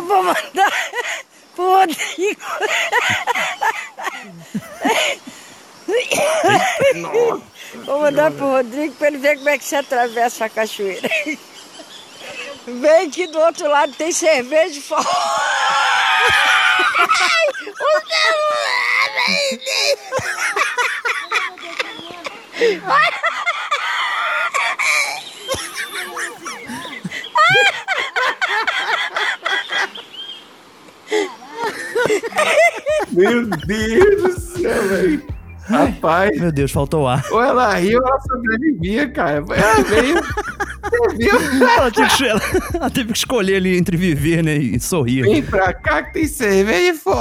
vou mandar pro Rodrigo. Vou mandar pro Rodrigo pra ele ver como é que se atravessa a cachoeira. Vem que do outro lado tem cerveja e forró. é Meu Deus do céu, velho. Rapaz. Meu Deus, faltou ar. Ou ela riu, ou ela sobrevivia, cara. Ela veio. Você viu? Ela, tinha que, ela, ela teve que escolher ali entre viver, né? E sorrir. Vem pra cá que tem cerveja e fome.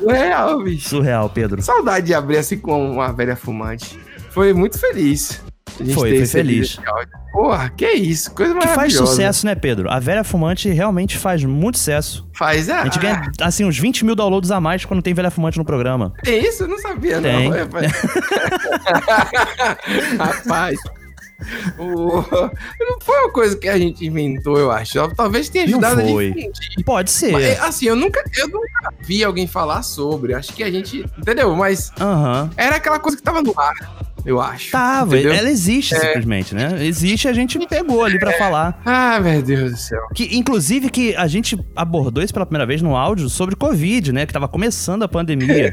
Surreal, bicho. Surreal, Pedro. Saudade de abrir assim com uma velha fumante. Foi muito feliz. A gente Foi, ter foi recebido feliz. esse áudio. Porra, que isso, coisa Que faz maravilhosa. sucesso, né, Pedro? A velha fumante realmente faz muito sucesso. Faz, ah, A gente ganha, assim, uns 20 mil downloads a mais quando tem velha fumante no programa. Tem isso? Eu não sabia, Tem. não. É, Rapaz. Rapaz. o- Não foi uma coisa que a gente inventou, eu acho. Talvez tenha Não ajudado foi. a gente. Pode Mas, ser. assim, eu nunca, eu nunca vi alguém falar sobre. Acho que a gente. Entendeu? Mas Aham. era aquela coisa que tava no ar, eu acho. Tava, é- Entendeu? É. ela existe simplesmente, né? Existe, a gente pegou ali pra falar. Ah, meu Deus do céu. Que, inclusive, que a gente abordou isso pela primeira vez no áudio sobre Covid, né? Que tava começando a pandemia.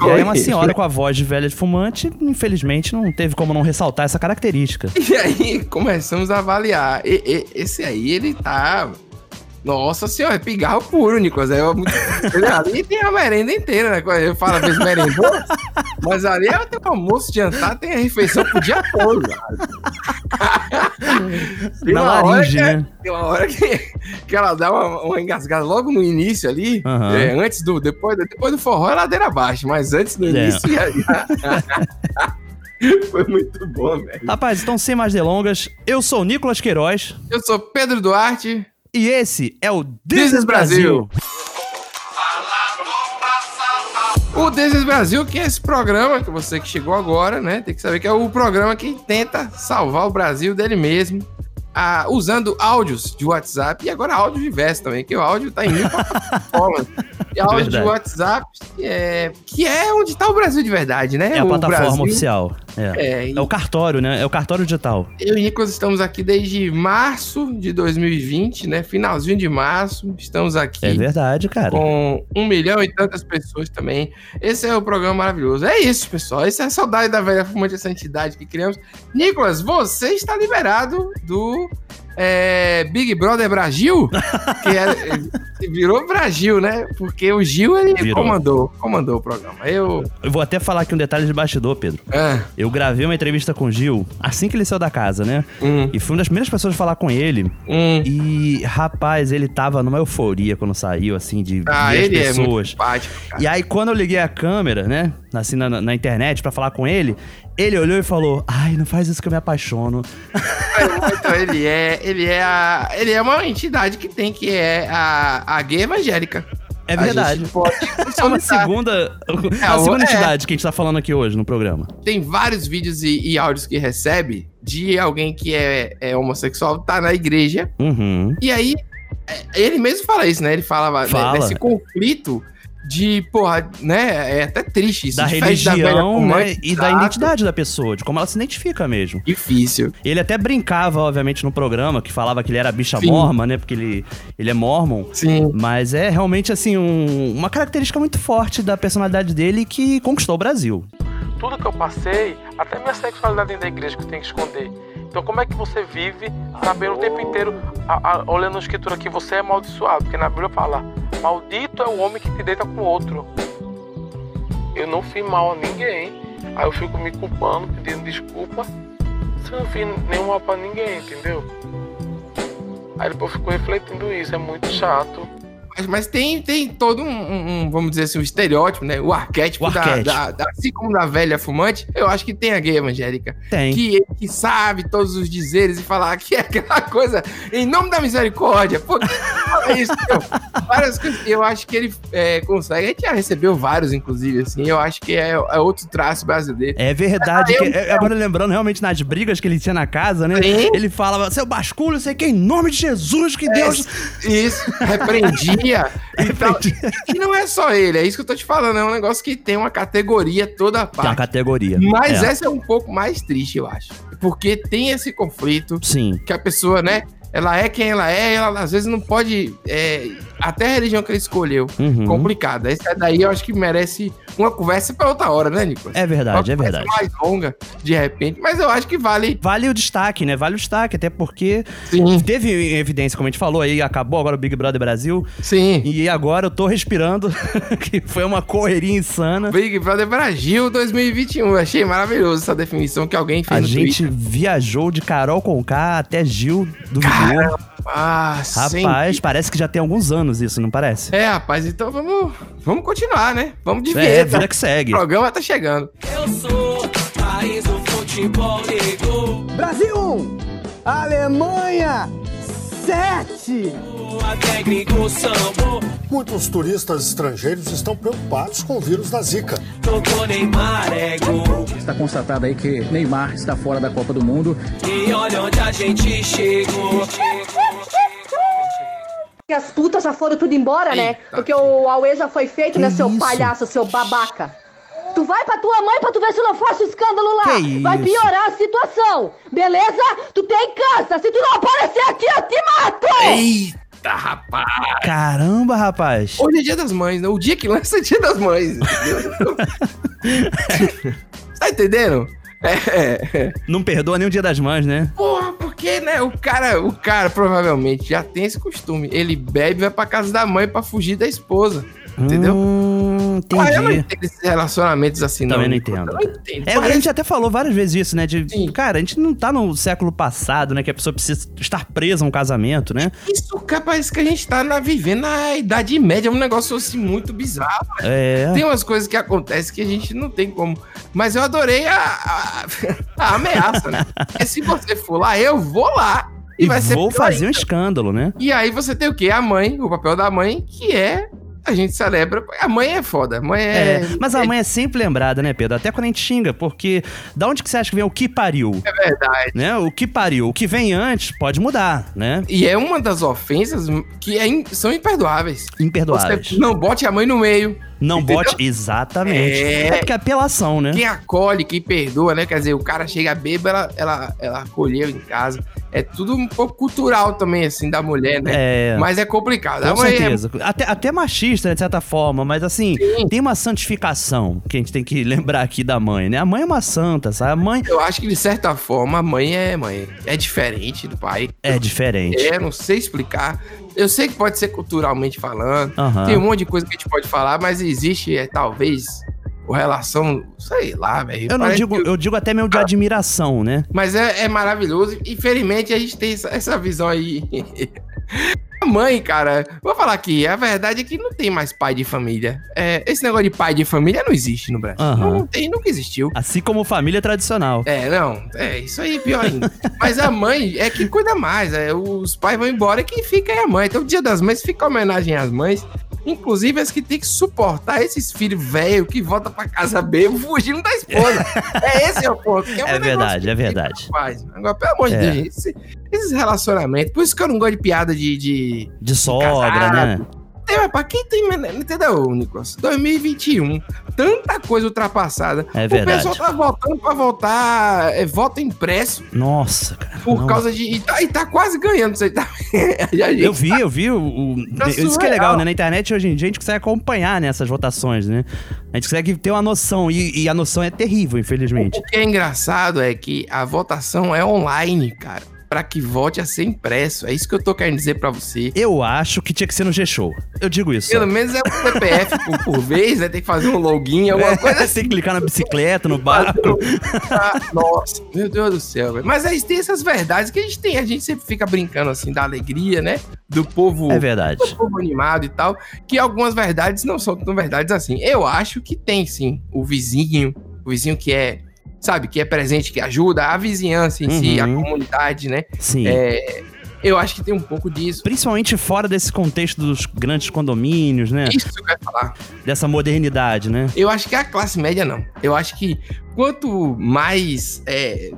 E aí Foi. uma senhora com a voz de velha de fumante, infelizmente, não teve como não ressaltar essa característica. E aí começamos a avaliar. E- e- esse aí, ele tá. Nossa senhora, é pigarro puro, Nicolas. É muito... ali tem a merenda inteira, né? Quando Eu falo, às vezes merendou, mas ali é tem o almoço, jantar, tem a refeição pro dia todo. cara. Tem Na uma hora laringe, que- é, né? Tem uma hora que, que ela dá uma, uma engasgada logo no início ali. Aham. é, antes do. Depois, depois do forró é ladeira abaixo, mas antes do É. início. já- já- Foi muito bom, velho. Rapaz, então sem mais delongas, eu sou o Nicolas Queiroz Eu sou Pedro Duarte. e esse é o This, is This is Brasil. O This is Brasil, que é esse programa, que você que chegou agora, né? Tem que saber que é o programa que tenta salvar o Brasil dele mesmo. ah, usando áudios de WhatsApp e agora áudio diverso também, que o áudio tá em mil plataformas. E áudio Verdade. de WhatsApp, é, que é onde tá o Brasil de verdade, né? É a O plataforma Brasil- oficial. É. É, e é o cartório, né? É o cartório digital. Eu e o Nicolas estamos aqui desde março de 2020, né? Finalzinho de março, estamos aqui. É verdade, cara. com um milhão e tantas pessoas também. Esse é o programa maravilhoso. É isso, pessoal. Essa é a saudade da velha fumante, essa entidade que criamos. Nicolas, você está liberado do é, Big Brother Brasil, que é- virou Brasil, né? Porque o Gil, ele Virou. comandou, comandou o programa. Eu... Eu vou até falar aqui um detalhe de bastidor, Pedro. Ah, Eu gravei uma entrevista com o Gil assim que ele saiu da casa, né? hum, E fui uma das primeiras pessoas a falar com ele. hum. E, rapaz, ele tava numa euforia quando saiu, assim, de Ah, ver ele as é muito pessoas. simpático, cara. e aí, quando eu liguei a câmera, né? Assim, na, na internet, pra falar com ele, ele olhou e falou: Ai, não faz isso que eu me apaixono. Então, ele é, ele é, a- ele é uma entidade que tem que é a, a gay evangélica. É A verdade. gente pode É uma consolidar. segunda. É, a segunda é. entidade que a gente tá falando aqui hoje no programa. tem vários vídeos e, e áudios que recebe de alguém que é, é homossexual, tá na igreja, Uhum. e aí é, ele mesmo fala isso, né? Ele falava né, Fala. desse conflito de, porra, né? É até triste isso. Da diferente velha religião, né? fumante, E da exato. identidade da pessoa, de como ela se identifica mesmo. Difícil. Ele até brincava, obviamente, no programa, que falava que ele era bicha Sim. morma, né? Porque ele, ele é mormon. Sim. Mas é realmente, assim, um- uma característica muito forte da personalidade dele que conquistou o Brasil. Tudo que eu passei, até minha sexualidade dentro da igreja que eu tenho que esconder. Então como é que você vive sabendo o tempo inteiro, a- a- olhando a escritura que você é amaldiçoado? Porque na Bíblia fala, maldito é o homem que te deita com outro. Eu não fiz mal a ninguém. Aí eu fico me culpando, pedindo desculpa. Se eu não fiz nenhum mal pra ninguém, entendeu? Aí depois eu fico refletindo isso, é muito chato. Mas, mas tem, tem todo um, um- um, vamos dizer assim, um estereótipo, né? O arquétipo, O da- arquétipo. Da, da assim como da velha fumante, eu acho que tem a gay evangélica. Tem. Que, que sabe todos os dizeres e falar que é aquela coisa em nome da misericórdia. Pô, que fala isso, meu? Várias coisas. Eu acho que ele é, consegue. A gente já recebeu vários, inclusive, assim. Eu acho que é, é outro traço brasileiro. É Ah, verdade. que- é- agora lembrando realmente nas brigas que ele tinha na casa, né? Sim. Ele falava, seu basculho, sei que em nome de Jesus, que Deus. Isso, repreendia. e, tal. e não é só ele, é isso que eu tô te falando. É um negócio que tem uma categoria toda a Tem uma parte. categoria. Mas essa é um pouco mais triste, eu acho. Porque tem esse conflito Sim. que a pessoa, né? Ela é quem ela é, e ela às vezes não pode. é, até a religião que ela escolheu. Uhum. Complicada. Essa daí eu acho que merece uma conversa pra outra hora, né, Nicolas? É verdade, é Uma conversa verdade. mais longa, de repente. Mas eu acho que vale. Vale o destaque, né? Vale o destaque, até porque Sim, teve em evidência, como a gente falou, aí acabou agora o Big Brother Brasil. sim. E agora eu tô respirando, que foi uma correria insana. Big Brother Brasil 2021. Achei maravilhoso essa definição que alguém fez A no Twitter. gente viajou de Carol Conká até Gil do Vigor. Ah, sem- Rapaz, parece que já tem alguns anos isso, não parece? É, rapaz, então vamos, vamos continuar, né? Vamos de É, vinheta. vida que o segue. programa tá chegando. Eu sou país do futebol ligou. Brasil 1, Alemanha 7. Até gringo sambou. Muitos turistas estrangeiros estão preocupados com o vírus da Zika. Tocou Neymar é gol. Está constatado aí que Neymar está fora da Copa do Mundo. E olha onde a gente chegou. Que as putas já foram tudo embora, né? Eita, Porque o Aue já foi feito, né, seu palhaço, seu babaca? Tu vai pra tua mãe pra tu ver se não faz escândalo lá. Que vai isso? piorar a situação, beleza? Tu tem câncer. Se tu não aparecer aqui, eu te mato! Eita, rapaz! Caramba, rapaz. Hoje é dia das mães, né? O dia que lança é dia das mães. entendeu? tá entendendo? É, é. Não perdoa nem o Dia das Mães, né? Porra, porque, né? O cara, o cara provavelmente já tem esse costume. Ele bebe e vai pra casa da mãe pra fugir da esposa. Entendeu? Hum, Ah, eu não entendi. entendo esses relacionamentos assim, Também não Nicolas. entendo. Eu não entendo. É, a Parece- gente até falou várias vezes isso, né? De, Sim. cara, a gente não tá no século passado, né? Que a pessoa precisa estar presa a um casamento, né? Isso, cara, parece que a gente tá na, vivendo na Idade Média. É um negócio assim muito bizarro. É. Tem umas coisas que acontecem que a gente não tem como. Mas eu adorei a, a- a ameaça, né? Porque se você for lá, eu vou lá. E, E vai ser vou pior fazer um ainda. escândalo, né? E aí você tem o quê? A mãe, o papel da mãe, que é. A gente celebra. A mãe é foda. A mãe é. É, mas a mãe é sempre lembrada, né, Pedro? Até quando a gente xinga, porque da onde que você acha que vem o que pariu? É verdade. Né? O que pariu? O que vem antes pode mudar, né? E é uma das ofensas que é im- são imperdoáveis. Imperdoáveis. Você não bote a mãe no meio. Não Entendeu? bote. Exatamente. É. É... porque é apelação, né? Quem acolhe, quem perdoa, né? Quer dizer, o cara chega bêbado, ela, ela, ela acolheu em casa. É tudo um pouco cultural também, assim, da mulher, né? É. Mas é complicado. a Com mãe é certeza. Até, até machista, né, de certa forma, mas assim, Sim. tem uma santificação que a gente tem que lembrar aqui da mãe, né? A mãe é uma santa, sabe? A mãe Eu acho que, de certa forma, a mãe é mãe. É diferente do pai. é diferente. É, não sei explicar. Eu sei que pode ser culturalmente falando. Aham. Tem um monte de coisa que a gente pode falar, mas existe, é, talvez, o relação... Sei lá, velho. Eu não Parece digo, que- Ah. eu digo até meio de admiração, né? Mas é, é maravilhoso. Infelizmente, a gente tem essa, essa visão aí. A mãe, cara, vou falar aqui, a verdade é que não tem mais pai de família. É, esse negócio de pai de família não existe no Brasil. Aham. Não, não tem, nunca existiu. Assim como família tradicional. É, não, é isso aí, pior ainda. Mas a mãe é que cuida mais, é, os pais vão embora e quem fica é a mãe. Então, o Dia das Mães fica homenagem às mães, inclusive as que tem que suportar esses filhos velhos que voltam pra casa bebo fugindo da esposa. é esse é o ponto. que um É negócio verdade, é que verdade. Faz. né? Agora, pelo amor de É. Deus, gente, esse- esses relacionamentos, por isso que eu não gosto de piada de. de... De sogra, casado. né? Tem, mas pra quem tem. Entendeu, Nicolas? 2021, tanta coisa ultrapassada. É O verdade. pessoal tá voltando pra voltar. É, voto impresso Nossa, cara. por não. causa de. E tá, e tá quase ganhando. Você tá... Eu vi, eu vi. O, o- Tá isso que é surreal. legal, né? Na internet hoje em dia a gente consegue acompanhar né, essas votações, né? A gente consegue ter uma noção. E, e a noção é terrível, infelizmente. O que é engraçado é que a votação é online, cara. para que volte a ser impresso. É isso que eu tô querendo dizer para você. Eu acho que tinha que ser no G-Show. Eu digo isso. Pelo menos é um CPF por, por vez, né? Tem que fazer um login, É, alguma coisa assim. Tem que clicar na bicicleta, no barco. Ah, Nossa, meu Deus do céu, velho. Mas aí tem essas verdades que a gente tem. A gente sempre fica brincando assim da alegria, né? Do povo, É verdade. do povo animado e tal. Que algumas verdades não são tão verdades assim. Eu acho que tem sim. O vizinho, o vizinho que é, sabe, que é presente, que ajuda, a vizinhança em si, a Uhum. comunidade, né? Sim. É, eu acho que tem um pouco disso. Principalmente fora desse contexto dos grandes condomínios, né? Isso que eu quero falar. Dessa modernidade, né? Eu acho que a classe média não. Eu acho que quanto mais é,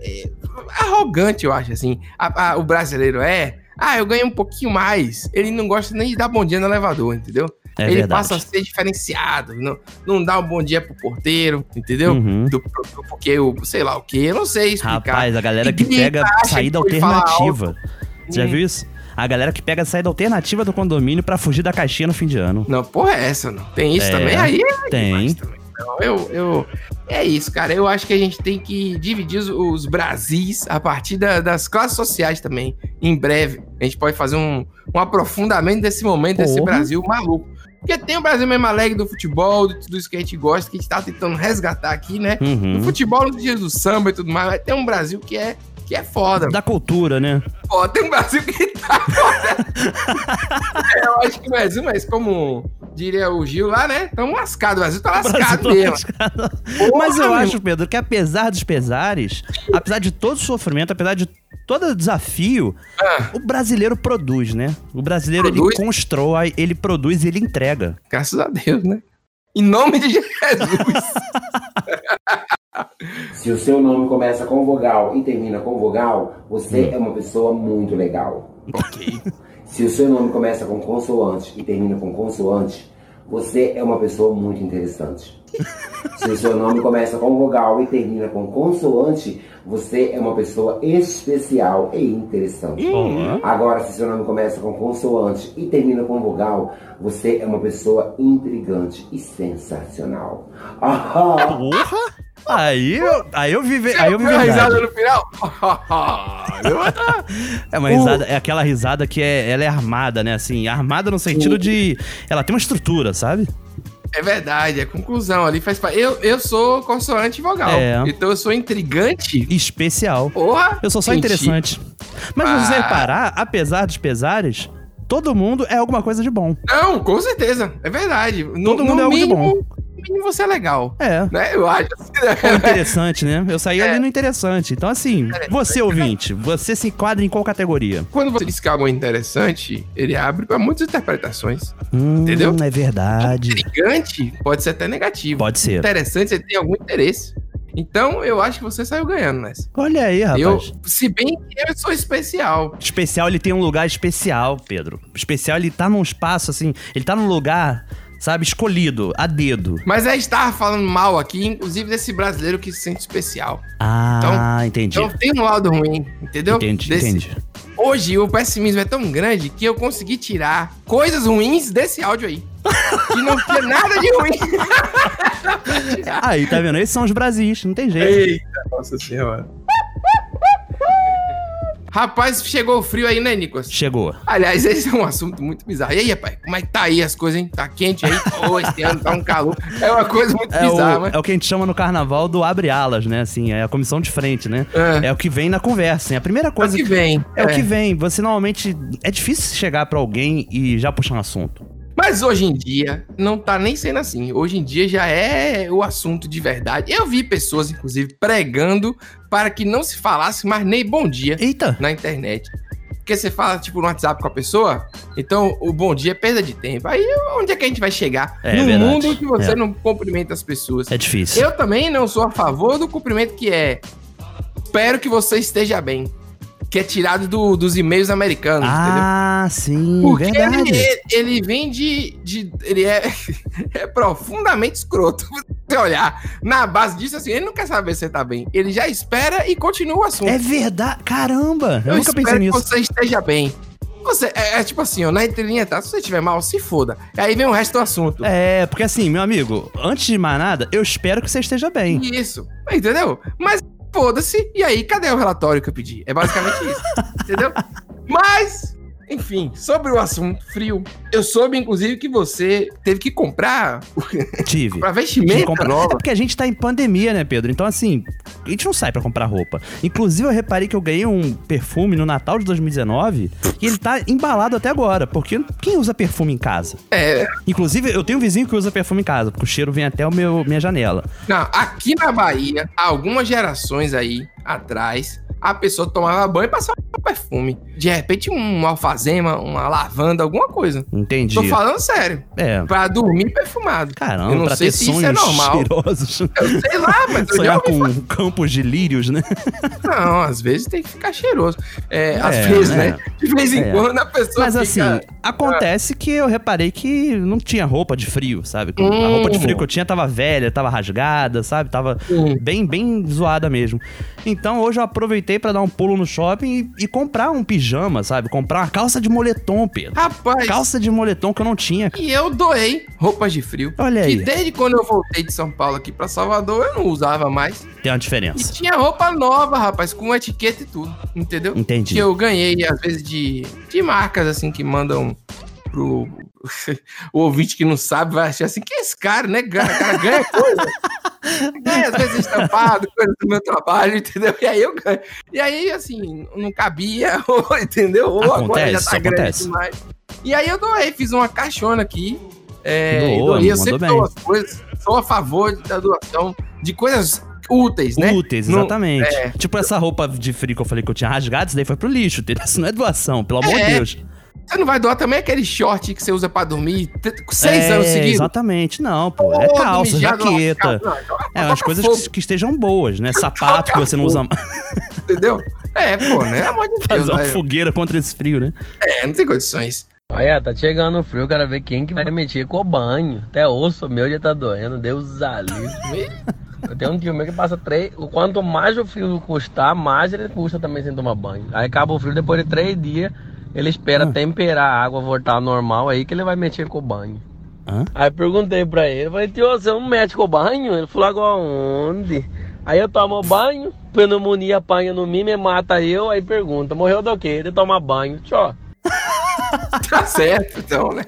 é, arrogante, eu acho assim, a- a- o brasileiro é. Ah, eu ganho um pouquinho mais. Ele não gosta nem de dar bom dia no elevador, entendeu? É ele verdade. passa a ser diferenciado, não, não dá um bom dia pro porteiro, entendeu? Uhum. Do, pro- pro- porque eu sei lá o que, eu não sei explicar. Rapaz, a galera que Ninguém pega acha saída que ele fala alternativa. Você já Ninguém. viu isso? A galera que pega a saída alternativa do condomínio pra fugir da caixinha no fim de ano. Não, porra, é essa, não. Tem isso É, também? Aí é tem. demais também. Não, eu, eu, é isso, cara. Eu acho que a gente tem que dividir os, os Brasis a partir da- das classes sociais também. Em breve, a gente pode fazer um, um aprofundamento desse momento, desse Porra. Brasil maluco. Porque tem o Brasil mesmo alegre do futebol, de tudo isso que a gente gosta, que a gente tá tentando resgatar aqui, né? No Uhum. futebol, nos dias do samba e tudo mais, mas tem um Brasil que é, que é foda. Da cultura, né? Ó, tem um Brasil que tá fora. É, Eu acho que o Brasil, mas como diria o Gil lá, né? Tamo lascado. O Brasil tá lascado Brasil mesmo. lascado. Porra, Mas eu meu. acho, Pedro, que apesar dos pesares, apesar de todo sofrimento, apesar de todo desafio, Ah, o brasileiro produz, né? O brasileiro Produz. ele constrói, ele produz e ele entrega. graças a Deus, né? Em nome de Jesus. Se o seu nome começa com vogal e termina com vogal, você é uma pessoa muito legal. ok. Se o seu nome começa com consoante e termina com consoante, você é uma pessoa muito interessante. Se o seu nome começa com vogal e termina com consoante, você é uma pessoa especial e interessante. Ó. Agora, se seu nome começa com consoante e termina com vogal, você é uma pessoa intrigante e sensacional. Ahá! Porra! Aí eu, aí eu vive, aí eu Deu vive uma verdade. risada no final. É uma risada, é aquela risada que é, ela é armada, né? Assim, armada no sentido de ela tem uma estrutura, sabe? é verdade, é conclusão ali. Faz pa- eu, eu sou consoante e vogal. É. Então eu sou intrigante. Especial. Porra. Eu sou só Gente, interessante. Mas se você Ah. reparar, apesar dos pesares, todo mundo é alguma coisa de bom. Não, com certeza. É verdade. No, Todo mundo é no algo de mínimo, bom. no mínimo você é legal. É. Né? Eu acho. Ou interessante, né? Eu saí É. ali no interessante. Então, assim, você ouvinte, você se enquadra em qual categoria? Quando você diz que algo é interessante, ele abre para muitas interpretações. Hum, Entendeu? É verdade. Intrigante pode ser até negativo. Pode ser. Interessante, você tem algum interesse. Então, eu acho que você saiu ganhando nessa. Olha aí, rapaz. Eu, se bem que eu sou especial. Especial, ele tem um lugar especial, Pedro. Especial, ele tá num espaço, assim, ele tá num lugar, sabe, escolhido, a dedo. Mas a gente tava falando mal aqui, inclusive desse brasileiro que se sente especial. Ah, entendi. Então tem um lado ruim, entendeu? entendi, Desse- entendi. Hoje o pessimismo é tão grande que eu consegui tirar coisas ruins desse áudio aí. que não tinha nada de ruim. Aí, tá vendo? Esses são os Brasis, não tem É jeito. Eita, nossa senhora. Rapaz, chegou o frio aí, né, Nicolas? Chegou. Aliás, esse é um assunto muito bizarro. E aí, rapaz, como é que tá aí as coisas, hein? Tá quente aí? Ô, esse ano tá um calor. É uma coisa muito É o, bizarra, mas... é o que a gente chama no carnaval do abre alas, né? Assim, é a comissão de frente, né? É. É, o que vem na conversa, assim. A primeira coisa que vem. É, o que vem. Você normalmente. É difícil chegar pra alguém e já puxar um assunto. Mas hoje em dia, não tá nem sendo assim. Hoje em dia já é o assunto de verdade. Eu vi pessoas, inclusive, pregando para que não se falasse mais nem bom dia. Eita! na internet. Porque você fala, tipo, no WhatsApp com a pessoa, então o bom dia é perda de tempo. Aí onde é que a gente vai chegar? É Num verdade. mundo que você É. não cumprimenta as pessoas. É difícil. Eu também não sou a favor do cumprimento que é. Espero que você esteja bem. Que é tirado do- dos e-mails americanos, ah, sim. Porque verdade. ele, é, ele vem de. de- ele é, é profundamente escroto. Você olhar na base disso, assim, ele não quer saber se você tá bem. Ele já espera e continua o assunto. É verdade. Caramba! Eu, nunca Tipo, espero pensei que nisso. você esteja bem. Você, é, é tipo assim, ó, na entrelinha tá, se você estiver mal, se foda. Aí vem o resto do assunto. É, porque assim, meu amigo, antes de mais nada, eu espero que você esteja bem. Isso, entendeu? Mas foda-se, e aí, cadê o relatório que eu pedi? É basicamente isso, entendeu? Mas, enfim, sobre o assunto frio, eu soube, inclusive, que você teve que comprar Tive. pra vestimenta Quem compra- nova. É porque a gente tá em pandemia, né, Pedro? Então, assim, a gente não sai pra comprar roupa. Inclusive, eu reparei que eu ganhei um perfume no Natal de 2019 e ele tá embalado até agora, porque quem usa perfume em casa? É. Inclusive, eu tenho um vizinho que usa perfume em casa, porque o cheiro vem até o meu, minha janela. Não, aqui na Bahia, algumas gerações aí atrás, a pessoa tomava banho e passava um perfume. De repente, um alfazema, uma lavanda, alguma coisa. Entendi. Tô falando sério. É. Pra dormir perfumado. Caramba, eu não pra sei ter se sonhos isso é normal. cheirosos. Eu sei lá, mas eu já Sonhar ouvi com campos de lírios, né? Não, às vezes tem que ficar cheiroso. É, às É, vezes, né? né? De vez em É. quando a pessoa Mas fica... assim, acontece que eu reparei que não tinha roupa de frio, sabe? A Hum. roupa de frio que eu tinha tava velha, tava rasgada, sabe? Tava Hum. bem, bem zoada mesmo. Então hoje eu aproveitei pra dar um pulo no shopping e, e comprar um pijama, sabe? Comprar uma calça de moletom, Pedro. Rapaz, Calça de moletom que eu não tinha. e eu doei roupas de frio. Olha aí. Que desde quando eu voltei de São Paulo aqui pra Salvador, eu não usava mais. Tem uma E diferença. tinha roupa nova, rapaz, com etiqueta e tudo, entendeu? Entendi. Que eu ganhei, às vezes, de, de marcas, assim, que mandam pro... o ouvinte que não sabe vai achar assim, que esse cara, né? Ga- cara ganha coisa. ganha, às vezes, estampado, coisa do meu trabalho, entendeu? E aí eu ganho. E aí, assim, não cabia, ou, entendeu? Ou agora já Acontece, tá grande acontece. demais. E aí eu doei, fiz uma caixona aqui. É, Doou, e doei, mandou eu sempre bem. dou as coisas, sou a favor da doação de coisas úteis, né? Úteis, Não- exatamente. é. Tipo essa roupa de frio que eu falei que eu tinha rasgado, isso daí foi pro lixo. entendeu? Isso não é doação, pelo amor de É, Deus. Você não vai doar também aquele short que você usa pra dormir t- seis É, anos seguidos? Exatamente, não, pô. É Todo calça, mijado, jaqueta. lascado. Não, então É, toca umas coisas fogo, que, que estejam boas, né? Sapato que você não usa mais. Entendeu? É, pô, né? Pelo amor de Deus. Fazer uma né? fogueira contra esse frio, né? É, não tem condições. Olha, tá chegando o frio, quero ver quem que vai mexer com o banho. Até osso meu já tá doendo, Deus ali. Eu tenho um tio meu que passa três. o Quanto mais o frio custar, mais ele custa também sem tomar banho. Aí acaba o frio, depois de três dias, ele espera temperar a água, voltar ao normal, aí que ele vai mexer com o banho. Hã? Aí perguntei pra ele, falei, tio, você não mexe com o banho? Ele falou, agora onde? Aí eu tomo banho, pneumonia apanha no mim, me mata eu, aí pergunta, morreu do quê? Ele toma banho, tchau. Tá certo, então, né?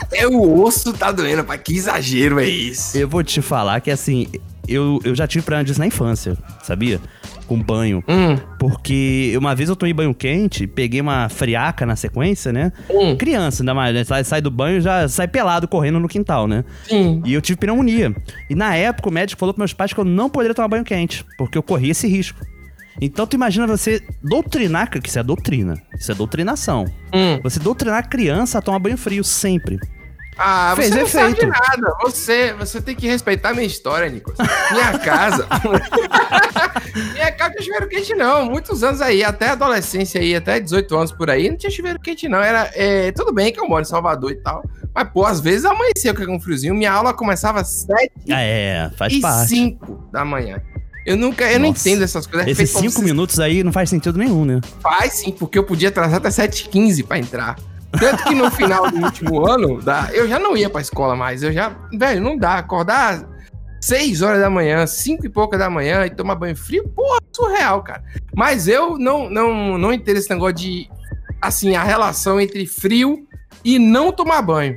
Até o osso tá doendo, rapaz. Que exagero é isso? Eu vou te falar que assim, eu, eu já tive problema disso na infância, sabia? Com banho. Hum, Porque uma vez eu tomei banho quente, peguei uma friaca na sequência, né? Hum. Criança, ainda mais, né? Sai, sai do banho já sai pelado correndo no quintal, né? sim. E eu tive pneumonia. E na época o médico falou para meus pais que eu não poderia tomar banho quente, porque eu corria esse risco. Então tu imagina você doutrinar, que isso é doutrina, isso é doutrinação. Hum. Você doutrinar a criança a tomar banho frio sempre. Ah, Fez você não sabe de efeito. nada. Você, você tem que respeitar minha história, Nicolas. Minha casa. minha casa não tinha chuveiro quente, não. Muitos anos aí, até a adolescência aí, até 18 anos por aí, não tinha chuveiro quente, não. Era, é, tudo bem que eu moro em Salvador e tal. Mas, pô, às vezes amanhecia com um friozinho. Minha aula começava às 7 Ah, é, faz e parte. 5 da manhã. Eu nunca, eu não Nossa. entendo essas coisas. é Esses Respeito pra cinco vocês. minutos aí não faz sentido nenhum, né? Faz sim, porque eu podia atrasar até 7h15 pra entrar. Tanto que no final do último ano, da, eu já não ia pra escola mais. Eu já. Velho, não dá. Acordar 6 horas da manhã, 5 e pouca da manhã e tomar banho frio, porra, surreal, cara. Mas eu não, não, não entendo esse negócio de. Assim, a relação entre frio e não tomar banho.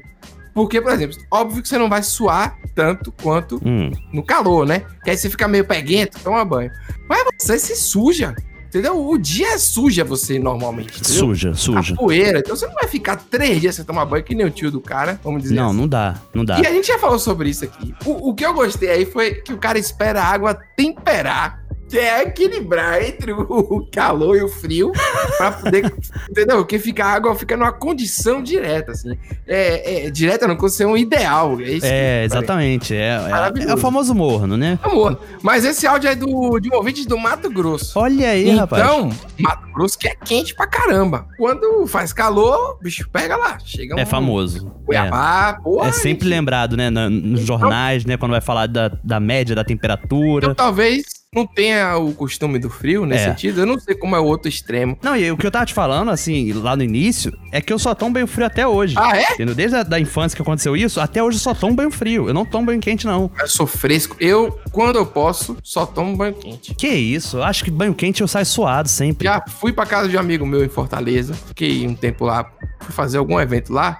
Porque, por exemplo, óbvio que você não vai suar tanto quanto Hum. no calor, né? Que aí você fica meio peguento, toma banho. Mas você se suja, entendeu? O dia é suja você normalmente, entendeu? Suja, suja. A poeira. Então você não vai ficar três dias sem tomar banho que nem o tio do cara, vamos dizer Não, assim. não dá, não dá. E a gente já falou sobre isso aqui. O, o que eu gostei aí foi que o cara espera a água temperar, que é equilibrar entre o, o calor e o frio, pra poder. entendeu? Porque fica, a água fica numa condição direta, assim. É, é, direta não, condição ideal. É, isso É, que- exatamente. É, é, Maravilhoso. é o famoso morno, né? Amor, mas esse áudio é do, de um ouvinte do Mato Grosso. Olha aí, rapaz. É então, Mato Grosso que é quente pra caramba. Quando faz calor, bicho, pega lá. Chega um É famoso. É. Cuiabá, porra. É sempre gente. Então- lembrado, né? na- nos jornais, né? Quando vai falar da, da média da temperatura. Então, talvez não tem a- o costume do frio nesse É. sentido. Eu não sei como é o outro extremo. Não, e o que eu tava te falando, assim, lá no início, é que eu só tomo banho frio até hoje. Ah, é? Entendeu? Desde a da infância que aconteceu isso, até hoje eu só tomo banho frio. Eu não tomo banho quente, não. Eu sou fresco. Eu, quando eu posso, só tomo banho quente. Que isso? Eu acho que banho quente eu saio suado sempre. Já fui pra casa de um amigo meu em Fortaleza. Fiquei um tempo lá, fui fazer algum evento lá.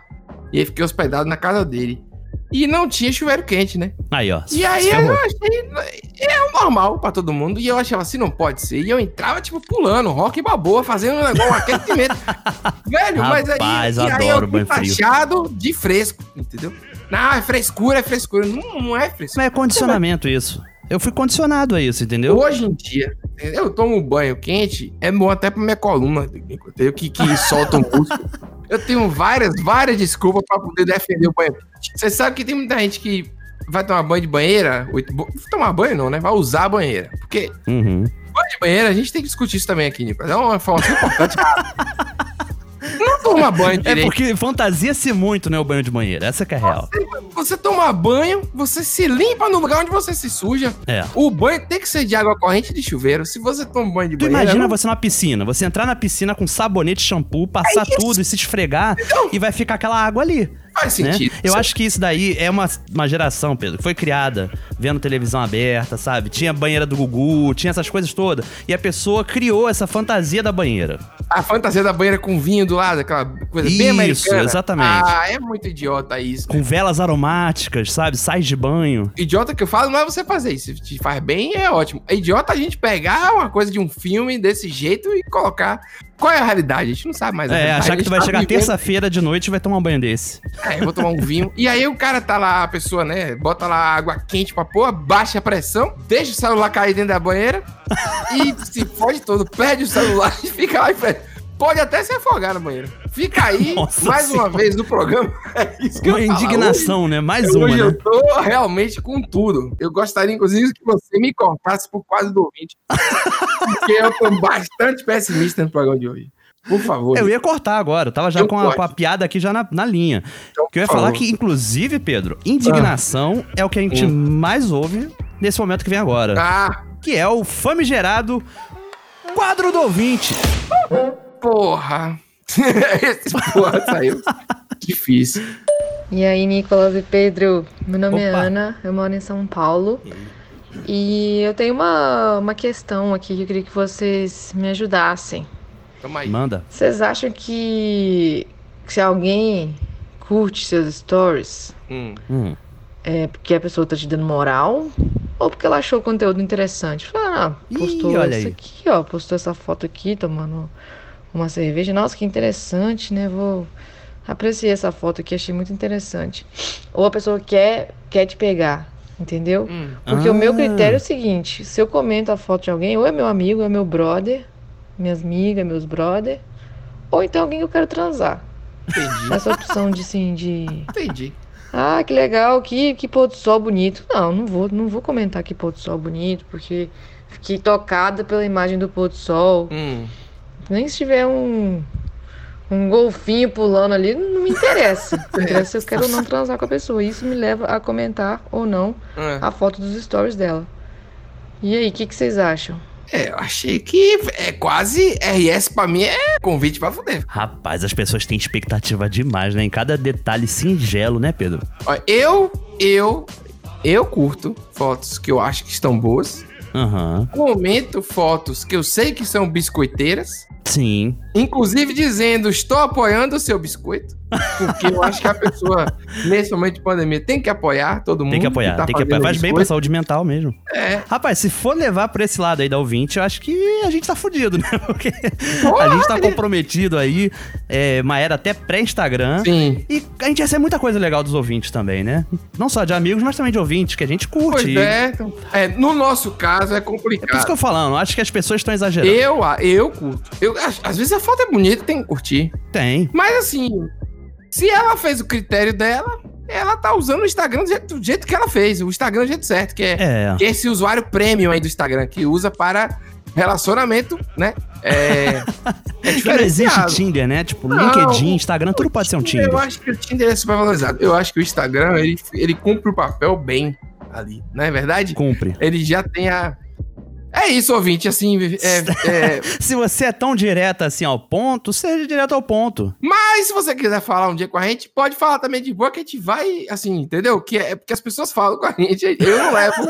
E aí fiquei hospedado na casa dele. E não tinha chuveiro quente, né? Aí, ó. E aí né? se eu ferrou. achei. É o normal pra todo mundo. E eu achava assim, não pode ser. E eu entrava, tipo, pulando, rock e baboa, fazendo um negócio, um aquecimento. Velho, mas aí. Rapaz, e aí adoro eu fui banho frio. taxado de fresco, entendeu? Não, é frescura, é frescura. Não, não é frescura. Mas é condicionamento isso. Eu fui condicionado a isso, entendeu? Hoje em dia, eu tomo banho quente, é bom até pra minha coluna, entendeu? Que, que solta o músculo. Eu tenho várias, várias desculpas pra poder defender o banho quente. Você sabe que tem muita gente que vai tomar banho de banheira, oito- bo- tomar banho não, né? Vai usar a banheira. Porque Uhum. banho de banheira, a gente tem que discutir isso também aqui, Nicolas. É uma forma importante. Não toma banho É direito. porque fantasia-se muito, né, o banho de banheiro. Essa que é a real. Você toma banho, você se limpa no lugar onde você se suja. É. O banho tem que ser de água corrente e de chuveiro. Se você toma banho de Tu banheira... imagina não você numa piscina, você entrar na piscina com sabonete, shampoo, passar tudo e se esfregar Então e vai ficar aquela água ali. Faz né? sentido. Eu acho que isso daí é uma, uma geração, Pedro, que foi criada vendo televisão aberta, sabe? Tinha banheira do Gugu, tinha essas coisas todas. E a pessoa criou essa fantasia da banheira. A fantasia da banheira com vinho do lado, aquela coisa bem Isso, americana. exatamente. Ah, é muito idiota isso. Com velas aromáticas, sabe? Sais de banho. Idiota que eu falo não é você fazer isso. Se te faz bem, é ótimo. É idiota a gente pegar uma coisa de um filme desse jeito e colocar. Qual é a realidade? A gente não sabe mais. a É, realidade. achar que tu vai A gente tá chegar vivendo- terça-feira de noite e vai tomar um banho desse. É, eu vou tomar um vinho. E aí o cara tá lá, a pessoa, né? Bota lá água quente pra pôr, baixa a pressão, deixa o celular cair dentro da banheira e se fode todo, perde o celular e fica lá em frente. Pode até se afogar na banheira. Fica aí, Nossa mais Senhora. uma vez no programa. É isso que Uma eu ia falar. indignação, né? Mais Hoje uma, né? eu tô realmente com tudo. Eu gostaria, inclusive, que você me cortasse por quase do ouvinte. porque eu tô bastante pessimista no programa de hoje. Por favor. Eu ia cortar agora, eu tava já Eu com a, corto. com a piada aqui já na, na linha. que eu ia então, por falar favor. que, inclusive, Pedro, indignação é o que a gente Hum. mais ouve nesse momento que vem agora. Ah. Que é o famigerado quadro do ouvinte. Porra. Esse porra saiu. Difícil. E aí, Nicolas e Pedro, meu nome é Opa. Ana, eu moro em São Paulo. E eu tenho uma, uma questão aqui que eu queria que vocês me ajudassem. Tamo aí. Manda. Vocês acham que, que se alguém curte seus stories, Hum. é porque a pessoa tá te dando moral? Ou porque ela achou o conteúdo interessante? Fala, ah, postou olha isso aí. aqui, ó, postou essa foto aqui tomando uma cerveja. Nossa, que interessante, né? Vou apreciei essa foto aqui, achei muito interessante. Ou a pessoa quer quer te pegar, entendeu? Hum, Porque o meu Ah. critério é o seguinte, se eu comento a foto de alguém, ou é meu amigo, ou é meu brother, minhas amigas, meus brother, ou então alguém que eu quero transar. Entendi. Essa opção de sim, de Entendi. ah, que legal, que, que pôr do sol bonito. Não, não vou, não vou comentar que pôr do sol é bonito, porque fiquei tocada pela imagem do pôr do sol. Hum. Nem se tiver um, um golfinho pulando ali, não me interessa. Me interessa se eu quero ou não transar com a pessoa. Isso me leva a comentar ou não É. a foto dos stories dela. E aí, o que, que vocês acham? É, eu achei que é quase RS pra mim é convite pra fuder. Rapaz, as pessoas têm expectativa demais, né? Em cada detalhe singelo, né, Pedro? Ó, eu, eu, eu curto fotos que eu acho que estão boas. Aham. Comento fotos que eu sei que são biscoiteiras. Sim. Inclusive dizendo, estou apoiando o seu biscoito. Porque eu acho que a pessoa, nesse momento de pandemia, tem que apoiar todo mundo. Tem que apoiar, tá tem que apoiar. fazendo Faz bem pra biscoito. saúde mental mesmo. É. Rapaz, se for levar pra esse lado aí da ouvinte, eu acho que a gente tá fudido, né? Porque a gente tá comprometido aí, é, uma era até pré-Instagram. Sim. E a gente recebe muita coisa legal dos ouvintes também, né? Não só de amigos, mas também de ouvintes, que a gente curte. Pois é, então, é, no nosso caso é complicado. Por isso que eu tô falando, acho que as pessoas estão exagerando. Eu, ah, eu curto. Eu, acho- às vezes a foto é bonita, tem que curtir. Tem. Mas assim, se ela fez o critério dela, ela tá usando o Instagram do jeito, do jeito que ela fez. O Instagram do jeito certo, que é, É. que é esse usuário premium aí do Instagram, que usa para relacionamento, né? É, é E tipo, não existe diferenciado. Tinder, né? Tipo, Não, LinkedIn, Instagram, tudo pode ser um Tinder. Eu acho que o Tinder é supervalorizado. Eu acho que o Instagram, ele, ele cumpre o papel bem ali, não é verdade? Cumpre. Ele já tem a, É isso, ouvinte, assim. é- é- Se você é tão direto assim ao ponto, seja direto ao ponto. Mas se você quiser falar um dia com a gente, pode falar também de boa que a gente vai, assim, entendeu? Que é é porque as pessoas falam com a gente, eu não levo.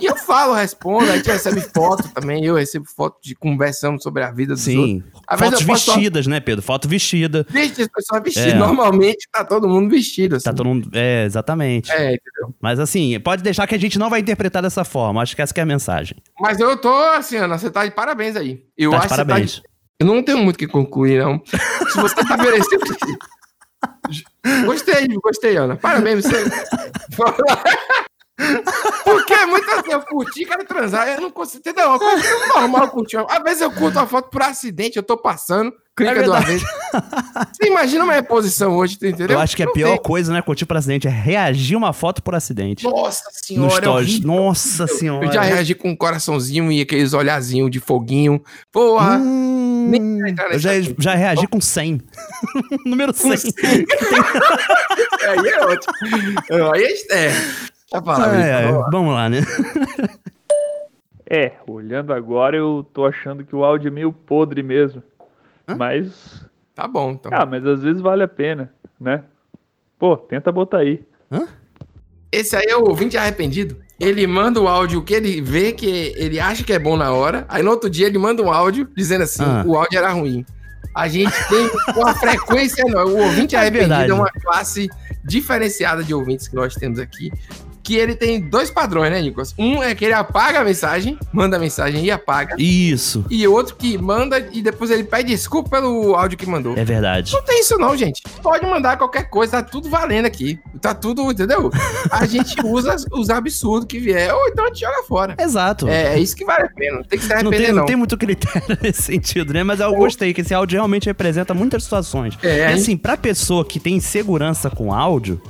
e eu falo, respondo, a gente recebe foto também, eu recebo foto de conversando sobre a vida dos Sim. outros. Às vezes Fotos eu posto- vestidas, né, Pedro? Foto vestida. Viste as pessoas vestidas, É. normalmente tá todo mundo vestido. Assim. Tá todo mundo. É, exatamente. É, entendeu? Mas assim, pode deixar que a gente não vai interpretar dessa forma. Acho que essa que é a mensagem. Mas eu tô assim, Ana, você tá de parabéns aí. Eu Tá de acho que você parabéns. tá de- Eu não tenho muito o que concluir, não. Se você tá merecendo. gostei, gostei, Ana. Parabéns, você. Porque é muito assim, eu curti, quero transar, eu não consigo. Entendeu? É uma coisa normal curtir. Às vezes eu curto a foto por acidente, eu tô passando, clica É duas verdade. vezes. Você imagina uma reposição hoje, tu entendeu? Eu acho que a Não pior tem. coisa, né, curtir por acidente, é reagir uma foto por acidente. Nossa senhora, No é stories. horrível. Nossa senhora. Eu já reagi com um coraçãozinho e aqueles olhazinhos de foguinho. Porra! Hum. nem quero entrar Eu nesse já, assunto. já reagi com 100. Número 100. Aí é ótimo. Aí é. Tá falando. É, é, vamos lá, né? É, olhando agora eu tô achando que o áudio é meio podre mesmo. Mas. Tá bom, então. Ah, mas às vezes vale a pena, né? Pô, tenta botar aí. Esse aí é o ouvinte arrependido. Ele manda o áudio que ele vê que ele acha que é bom na hora. Aí no outro dia ele manda um áudio dizendo assim: Ah. o áudio era ruim. A gente tem uma frequência enorme. O ouvinte É arrependido verdade. é uma classe diferenciada de ouvintes que nós temos aqui. Que ele tem dois padrões, né, Nicolas? Um é que ele apaga a mensagem, manda a mensagem e apaga. Isso. E outro que manda e depois ele pede desculpa pelo áudio que mandou. É verdade. Não tem isso não, gente. Pode mandar qualquer coisa, tá tudo valendo aqui. Tá tudo, entendeu? A gente usa os absurdos que vier, ou então a gente joga fora. Exato. É, é isso que vale a pena. Não tem que se Não arrepender, tem, não. não tem muito critério nesse sentido, né? Mas eu gostei que esse áudio realmente representa muitas situações. É, e hein? assim, pra pessoa que tem insegurança com áudio,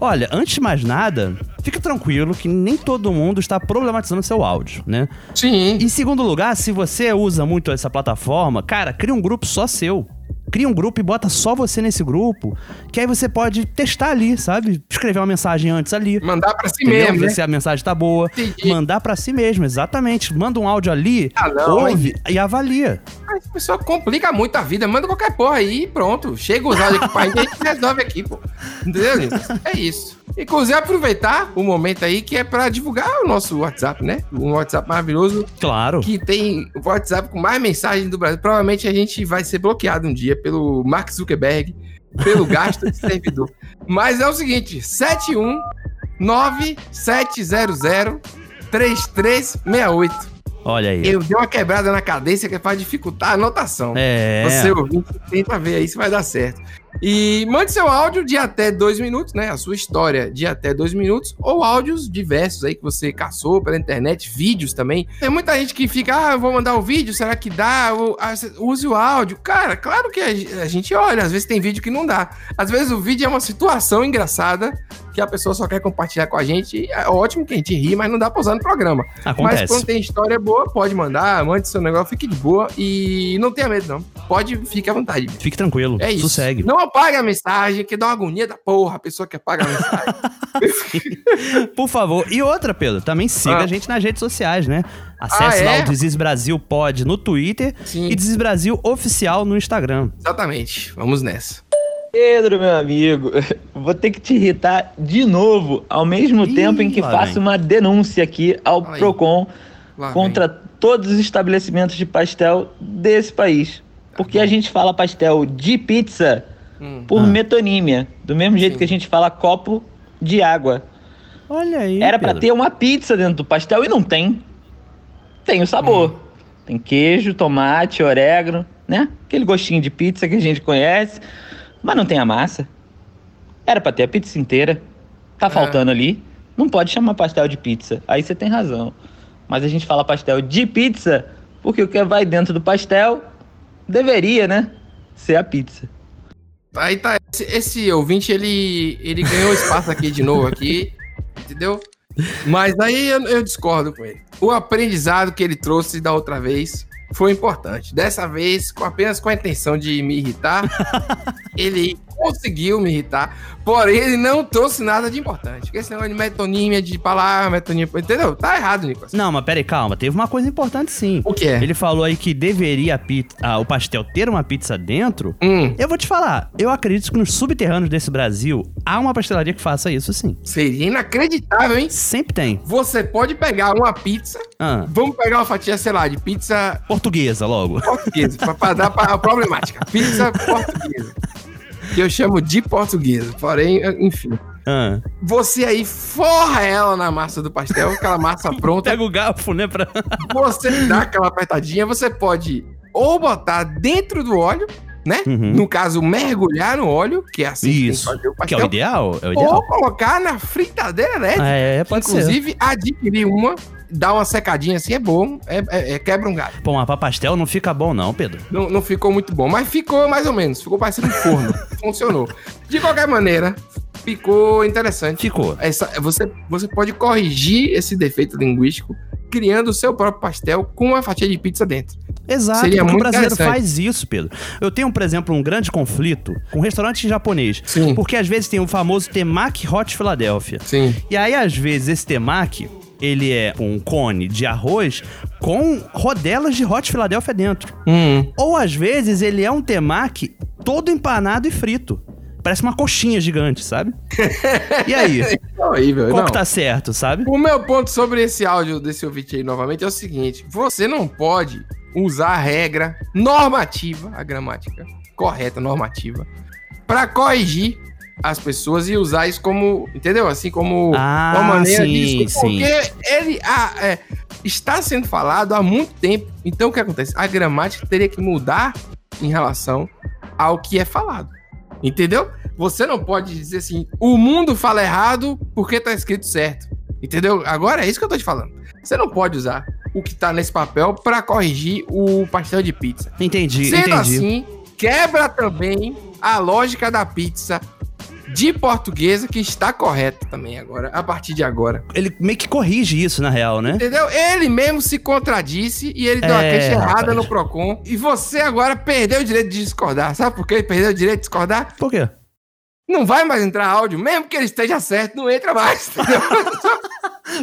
olha, antes de mais nada, fica tranquilo que nem todo mundo está problematizando seu áudio, né? Sim. Em segundo lugar, se você usa muito essa plataforma, cara, cria um grupo só seu. Cria um grupo e bota só você nesse grupo, que aí você pode testar ali, sabe? Escrever uma mensagem antes ali. Mandar pra si mesmo, Ver né? se a mensagem tá boa. Mandar pra si mesmo, exatamente. Manda um áudio ali, Ah, não, ouve e avalia. Mas a pessoa complica muito a vida. Manda qualquer porra aí e pronto. Chega os áudios aqui pra gente, a gente resolve aqui, pô. Entendeu? gente? É isso. Inclusive, aproveitar o momento aí que é pra divulgar o nosso WhatsApp, né? Um WhatsApp maravilhoso. Claro. Que tem o WhatsApp com mais mensagens do Brasil. Provavelmente a gente vai ser bloqueado um dia pelo Mark Zuckerberg, pelo gasto de servidor. Mas é o seguinte: um, 719-700-3368. Olha aí. Eu dei uma quebrada na cadência que é pra dificultar a anotação. É. Você ouvinte, tenta ver aí se vai dar certo. E mande seu áudio de até dois minutos, né? A sua história de até dois minutos, ou áudios diversos aí que você caçou pela internet, vídeos também. Tem muita gente que fica, ah, eu vou mandar o vídeo, será que dá? Ou, ah, você- use o áudio. Cara, claro que a ge- a gente olha, às vezes tem vídeo que não dá. Às vezes o vídeo é uma situação engraçada que a pessoa só quer compartilhar com a gente. É ótimo que a gente ri, mas não dá pra usar no programa. Acontece. Mas quando tem história boa, pode mandar, mande seu negócio, fique de boa e não tenha medo, não. Pode, fique à vontade. Fique tranquilo. É isso. Sossegue. Não apague a mensagem, que dá uma agonia da porra a pessoa que apaga a mensagem. Por favor. E outra, Pedro, também siga a gente nas redes sociais, né? Acesse Ah, lá é? o Desis Brasil Pod no Twitter e Desis Brasil Oficial no Instagram. Exatamente. Vamos nessa. Pedro, meu amigo, vou ter que te irritar de novo, ao mesmo tempo em que lá faço vem. uma denúncia aqui ao Lá vem. PROCON Lá vem. contra todos os estabelecimentos de pastel desse país. Porque a gente fala pastel de pizza Hum. por metonímia, do mesmo jeito que a gente fala copo de água. Olha aí. Era pra Pedro. ter uma pizza dentro do pastel e não tem. Tem o sabor. Hum. Tem queijo, tomate, orégano, né? Aquele gostinho de pizza que a gente conhece, mas não tem a massa. Era pra ter a pizza inteira. É. Tá faltando ali. Não pode chamar pastel de pizza. Aí você tem razão. Mas a gente fala pastel de pizza porque o que vai dentro do pastel deveria, né? Ser a pizza. Aí tá, esse, esse ouvinte, ele, ele ganhou espaço aqui de novo, aqui, entendeu? Mas aí eu, eu discordo com ele. O aprendizado que ele trouxe da outra vez foi importante. Dessa vez, com apenas com a intenção de me irritar, ele conseguiu me irritar. Porém, ele não trouxe nada de importante. Esse negócio de metonímia, de palavra, metonímia. Entendeu? Tá errado, Nicolas. Não, mas peraí, calma. Teve uma coisa importante sim. O que é? Ele falou aí que deveria a pizza, ah, o pastel ter uma pizza dentro. Hum, Eu vou te falar, eu acredito que nos subterrâneos desse Brasil há uma pastelaria que faça isso sim. Seria inacreditável, hein? Sempre tem. Você pode pegar uma pizza. Ah. Vamos pegar uma fatia, sei lá, de pizza Portuguesa logo. portuguesa, pra, pra dar pra, a problemática. Pizza portuguesa. Que eu chamo de portuguesa. Porém, enfim. Ah. Você aí forra ela na massa do pastel, aquela massa pronta. Pega o garfo, né? Pra... você dá aquela apertadinha, você pode ou botar dentro do óleo, né? No caso, mergulhar no óleo, que é assim Uhum. Isso. Que é o ideal, é o ideal. Ou colocar na fritadeira elétrica. É, é, pode ser. Inclusive, adquirir uma, dar uma secadinha assim é bom, é, é- é- quebra um galho. Pô, mas pra pastel não fica bom não, Pedro. Não, não ficou muito bom, mas ficou mais ou menos. Ficou parecendo um forno. Funcionou. De qualquer maneira, ficou interessante. Ficou. você, você pode corrigir esse defeito linguístico criando o seu próprio pastel com uma fatia de pizza dentro. Exato, Seria porque muito o brasileiro interessante. faz isso, Pedro. Eu tenho, por exemplo, um grande conflito com restaurante japonês. Porque às vezes tem o famoso temaki hot Philadelphia. Sim. E aí, às vezes, esse temaki, ele é um cone de arroz com rodelas de hot Philadelphia dentro. Hum. Ou às vezes ele é um temaki todo empanado e frito. Parece uma coxinha gigante, sabe? E aí? É horrível, Qual não. que tá certo, sabe? O meu ponto sobre esse áudio desse ouvinte aí novamente é o seguinte: você não pode usar a regra normativa, a gramática correta, normativa, pra corrigir as pessoas e usar isso como, entendeu? Assim como Ah, sim, desculpa, sim. porque ele ah, é, está sendo falado há muito tempo. Então o que acontece? A gramática teria que mudar em relação ao que é falado. Entendeu? Você não pode dizer assim, o mundo fala errado porque tá escrito certo. Entendeu? Agora é isso que eu tô te falando. Você não pode usar o que tá nesse papel pra corrigir o pastel de pizza. Entendi, Sendo entendi. assim, quebra também a lógica da pizza de portuguesa que está correta também agora, a partir de agora. Ele meio que corrige isso, na real, né? Entendeu? Ele mesmo se contradisse e ele deu uma É, queixa errada rapaz. no Procon. E você agora perdeu o direito de discordar. Sabe por que ele perdeu o direito de discordar? Por quê? Não vai mais entrar áudio, mesmo que ele esteja certo, não entra mais. entendeu?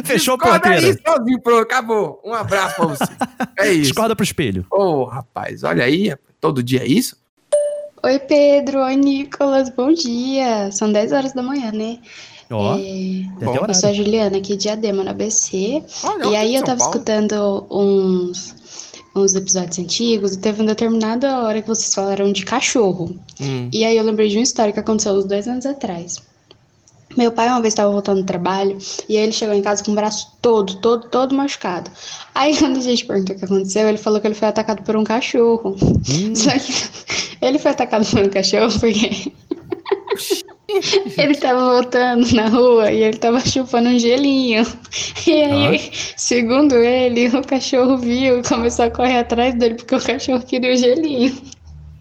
Fechou a Discorda porteira. aí sozinho, pronto, acabou. Um abraço pra você. É isso. Discorda pro espelho. Ô, rapaz, olha aí, todo dia é isso? Oi, Pedro. Oi, Nicolas. Bom dia. São 10 horas da manhã, né? Ó, É, tem até eu horário. sou a Juliana, aqui de Adema, na ABC. Olha, e olha aí de eu São tava Paulo. escutando uns, uns episódios antigos e teve uma determinada hora que vocês falaram de cachorro. Hum. E aí eu lembrei de uma história que aconteceu uns dois anos atrás. Meu pai uma vez estava voltando do trabalho e aí ele chegou em casa com o braço todo, todo, todo machucado. Aí quando a gente perguntou o que aconteceu, ele falou que ele foi atacado por um cachorro. Só que ele foi atacado por um cachorro porque ele tava voltando na rua e ele tava chupando um gelinho. E aí, segundo ele, o cachorro viu e começou a correr atrás dele porque o cachorro queria o gelinho.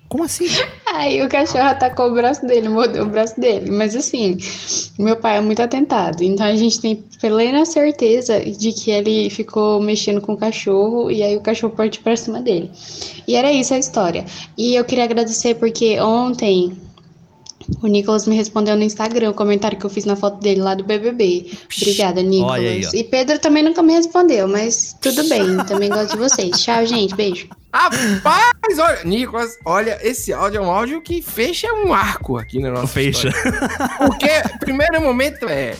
Como assim? Aí o cachorro atacou o braço dele, mordeu o braço dele. Mas assim, meu pai é muito atentado. Então a gente tem plena certeza de que ele ficou mexendo com o cachorro e aí o cachorro partiu pra cima dele. E era isso a história. E eu queria agradecer porque ontem o Nicolas me respondeu no Instagram o comentário que eu fiz na foto dele lá do BBB. Obrigada, Nicolas. Olha aí, ó. e Pedro também nunca me respondeu, mas tudo bem. Também gosto de vocês. Tchau, gente. Beijo. Rapaz, olha, Nicolas, olha, esse áudio é um áudio que fecha um arco aqui na nossa Fecha. Porque, primeiro momento é,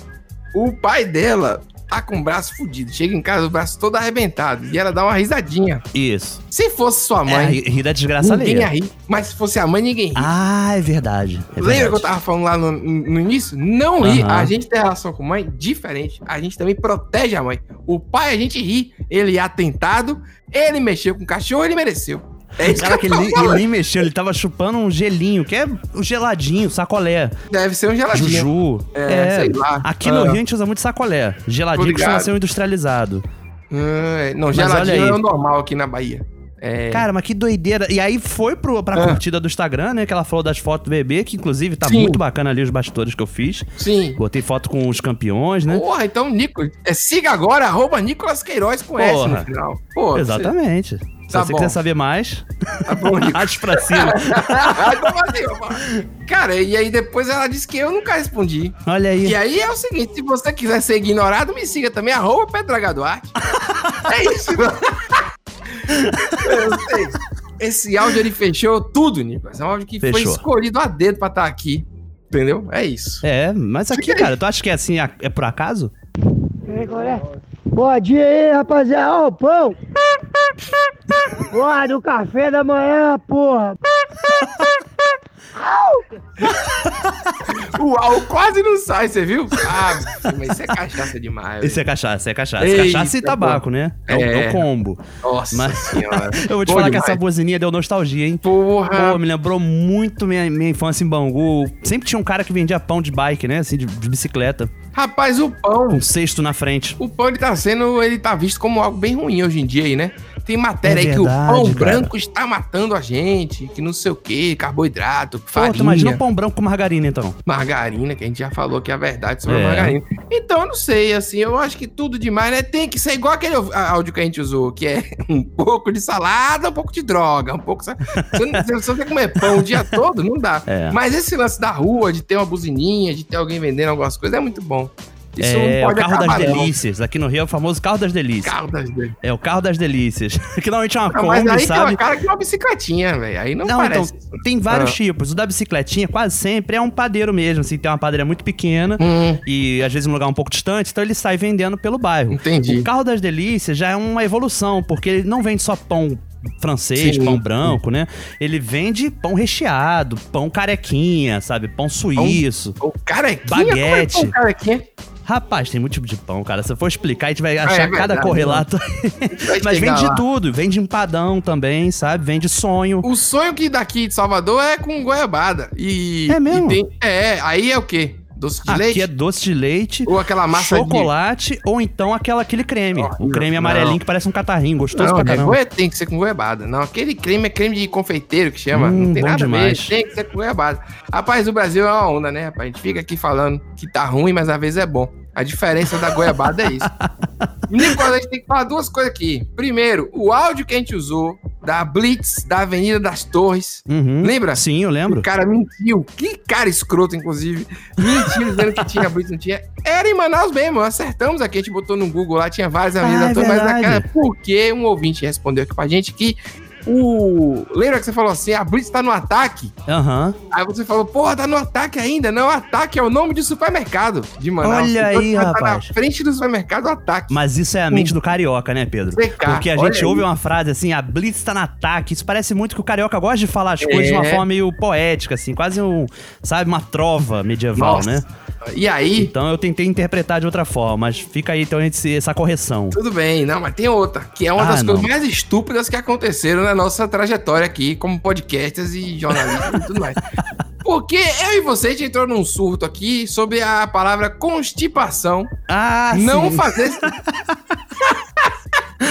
o pai dela tá com o braço fudido, chega em casa, o braço todo arrebentado, e ela dá uma risadinha. Isso. Se fosse sua É, mãe, ri- ri da desgraça ninguém alheia. ia rir, mas se fosse a mãe, ninguém ri. Ah, é verdade. é Lembra tá- verdade. que eu tava falando lá no, no início? Não ri. Aham. A gente tem relação com mãe diferente. A gente também protege a mãe. O pai, a gente ri. Ele é atentado, ele mexeu com o cachorro, ele mereceu. É isso Cara, que que ele, eu tô nem- ele falando. nem mexeu, ele tava chupando um gelinho, que é o geladinho, sacolé. Deve ser um geladinho. Juju. É, sei lá. Aqui no Ah. Rio a gente usa muito sacolé. Geladinho que chama ligado. ser um industrializado. Ah, não, Mas geladinho olha é aí. o normal aqui na Bahia. É... Cara, mas que doideira. E aí foi pro, pra Ah. curtida do Instagram, né? Que ela falou das fotos do bebê, que inclusive tá Sim. muito bacana ali os bastidores que eu fiz. Sim. Botei foto com os campeões, né? Porra, então Nico, é, siga agora, arroba Nicolas Queiroz com S no final. Pô, você- Exatamente. Se Tá você bom. quiser saber mais, tá bom, arraste pra cima. Como assim, eu falo? Cara, e aí depois ela disse que eu nunca respondi. Olha aí. E aí é o seguinte, se você quiser ser ignorado, me siga também, arroba pedragaduarte. é isso, mano. Eu sei. Esse áudio, ele fechou tudo, Nicolas. É um áudio que foi Fechou. escolhido a dedo pra estar aqui. Entendeu? É isso. É, mas aqui, cara, tu acha que é assim, a- é por acaso? é? Bom dia aí, rapaziada. Ó, o pão! Porra, do café da manhã, porra! O Al quase não sai, você viu? Ah, mas isso é cachaça demais. Isso é cachaça, é cachaça. Eita, cachaça e tabaco, pô. né? É, o- é É. o combo. Nossa senhora. Eu vou te Bom falar demais. Ah. que essa bozininha deu nostalgia, hein? Porra! Pô, me lembrou muito minha, minha infância em Bangu. Sempre tinha um cara que vendia pão de bike, né? Assim, de, de bicicleta. Rapaz, o pão. Com cesto na frente. O pão ele tá sendo, ele tá visto como algo bem ruim hoje em dia aí, né? Tem matéria É aí que o verdade, pão cara. branco está matando a gente, que não sei o que, carboidrato, Pô, farinha. tu imagina um pão branco com margarina, então. Margarina, que a gente já falou que é a verdade sobre É. a margarina. Então, eu não sei, assim, eu acho que tudo demais, né? Tem que ser igual aquele au- áudio que a gente usou, que é um pouco de salada, um pouco de droga, um pouco... sa- Você não você não quer comer pão o dia todo, não dá. É. Mas esse lance da rua, de ter uma buzininha, de ter alguém vendendo algumas coisas, é muito bom. é, Isso não pode o carro acabar, das não. delícias. Aqui no Rio é o famoso carro das delícias. Carro das delícias. É o carro das delícias. que normalmente é uma Ah, mas Kombi, aí tem sabe? uma cara que é uma bicicletinha, velho. Aí não, Não, parece. então, tem vários Ah. tipos. O da bicicletinha, quase sempre, é um padeiro mesmo. Assim, tem uma padaria muito pequena Hum, e às vezes um lugar um pouco distante, então ele sai vendendo pelo bairro. Entendi. O carro das delícias já é uma evolução, porque ele não vende só pão francês, Sim. pão branco, né? Ele vende pão recheado, pão carequinha, sabe? Pão suíço. Pão, carequinha? Como é Baguete. pão carequinha? Rapaz, tem muito tipo de pão, cara. Se eu for explicar, a gente vai Ah, achar é cada verdade, né? correlato. Mas chegar vende lá. de tudo. Vende empadão também, sabe? Vende sonho. O sonho que daqui de Salvador é com goiabada. E, É mesmo? e tem- é, aí é o quê? Doce de Aqui leite? é doce de leite. Ou aquela massa de- Chocolate, ou então aquela, aquele creme. o creme amarelinho não. que parece um catarrinho, gostoso Não, pra é caramba. goia- tem que ser com goiabada. Não, aquele creme é creme de confeiteiro que chama. Hum, não tem bom nada demais. a ver. Tem que ser com goiabada. Rapaz, o Brasil é uma onda, né, rapaz? A gente fica aqui falando que tá ruim, mas às vezes é bom. A diferença da goiabada é isso. Nicolas, a gente tem que falar duas coisas aqui. Primeiro, o áudio que a gente usou da Blitz, da Avenida das Torres. Uhum. Lembra? Sim, eu lembro. O cara mentiu. Que cara escroto, inclusive. Mentiu dizendo que tinha Blitz, não tinha. Era em Manaus mesmo. Acertamos aqui. A gente botou no Google lá, tinha várias Ah, avenidas da é Torres, mas verdade. naquela porque um ouvinte respondeu aqui pra gente que o. Lembra que você falou assim? A Blitz tá no ataque? Aham. Aí você falou, porra, tá no ataque ainda. Não, ataque é o nome de supermercado de Manaus. Olha aí, tá rapaz. na frente do supermercado, ataque. Mas isso é a mente do carioca, né, Pedro? CK, Porque a olha gente ouve aí. uma frase assim, a blitz tá no ataque. Isso parece muito que o carioca gosta de falar as É. coisas de uma forma meio poética, assim, quase um, sabe, uma trova medieval, Nossa. né? E aí? Então eu tentei interpretar de outra forma, mas fica aí então gente, essa correção. Tudo bem, não, mas tem outra, que é uma Ah, das coisas não. mais estúpidas que aconteceram na nossa trajetória aqui, como podcasters e jornalistas e tudo mais. Porque eu e você, a gente entrou num surto aqui sobre a palavra constipação. Ah, Não sim. fazer...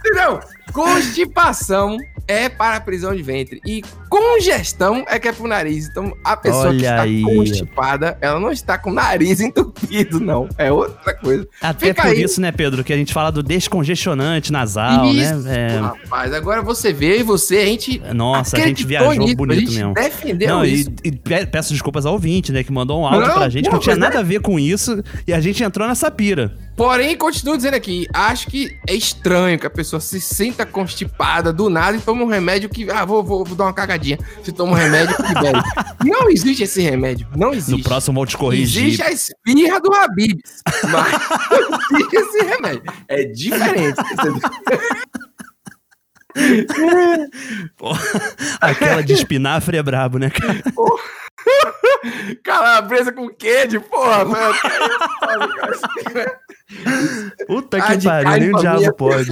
Entendeu? Constipação é para a prisão de ventre e congestão é que é pro nariz. Então, a pessoa Olha que está aí. constipada, ela não está com o nariz entupido, não. É outra coisa. Até por isso, né, Pedro, que a gente fala do descongestionante nasal, Isso, né? É, rapaz. Agora você vê e você, a gente. Nossa, a gente acreditou viajou nisso, bonito a gente mesmo. Defendeu Não, e- isso. E, pe- peço desculpas ao ouvinte, né, que mandou um áudio Não, pra gente que não pô, tinha mas é- nada a ver com isso e a gente entrou nessa pira. Porém, continuo dizendo aqui, acho que é estranho que a pessoa se sinta constipada do nada e toma um remédio que. Ah, vou, vou, vou dar uma cagadinha. Se toma um remédio que libera. não existe esse remédio. Não existe. No próximo eu vou te corrigir. Existe a espirra do Habib. Mas não existe esse remédio. É diferente. Aquela de espinafre é brabo, né, cara? Calabresa com queijo, porra, mano. Tá Puta Ah, que de pariu, carne nem o pra diabo minha- pode.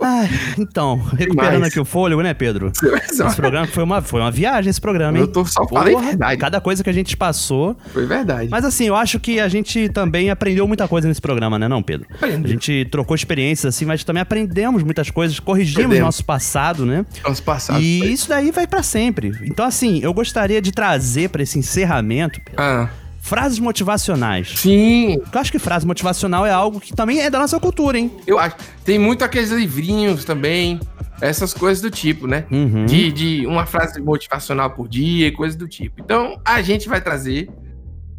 Ai, então, recuperando mais? aqui o fôlego, né, Pedro? Esse programa foi uma, foi uma viagem, esse programa, hein? Eu tô só Porra, falei verdade. Cada coisa que a gente passou. Foi verdade. Mas assim, eu acho que a gente também aprendeu muita coisa nesse programa, né, não, Pedro? A gente trocou experiências, assim, mas também aprendemos muitas coisas, corrigimos Aprendemos. nosso passado, né? Nosso passado. E Ah, isso daí vai pra sempre. Então, assim, eu gostaria de trazer pra esse encerramento, Pedro, Frases motivacionais. Sim. Eu acho que frase motivacional é algo que também é da nossa cultura, hein? Eu acho. Tem muito aqueles livrinhos também, essas coisas do tipo, né? Uhum. De, de uma frase motivacional por dia, coisas do tipo. Então, a gente vai trazer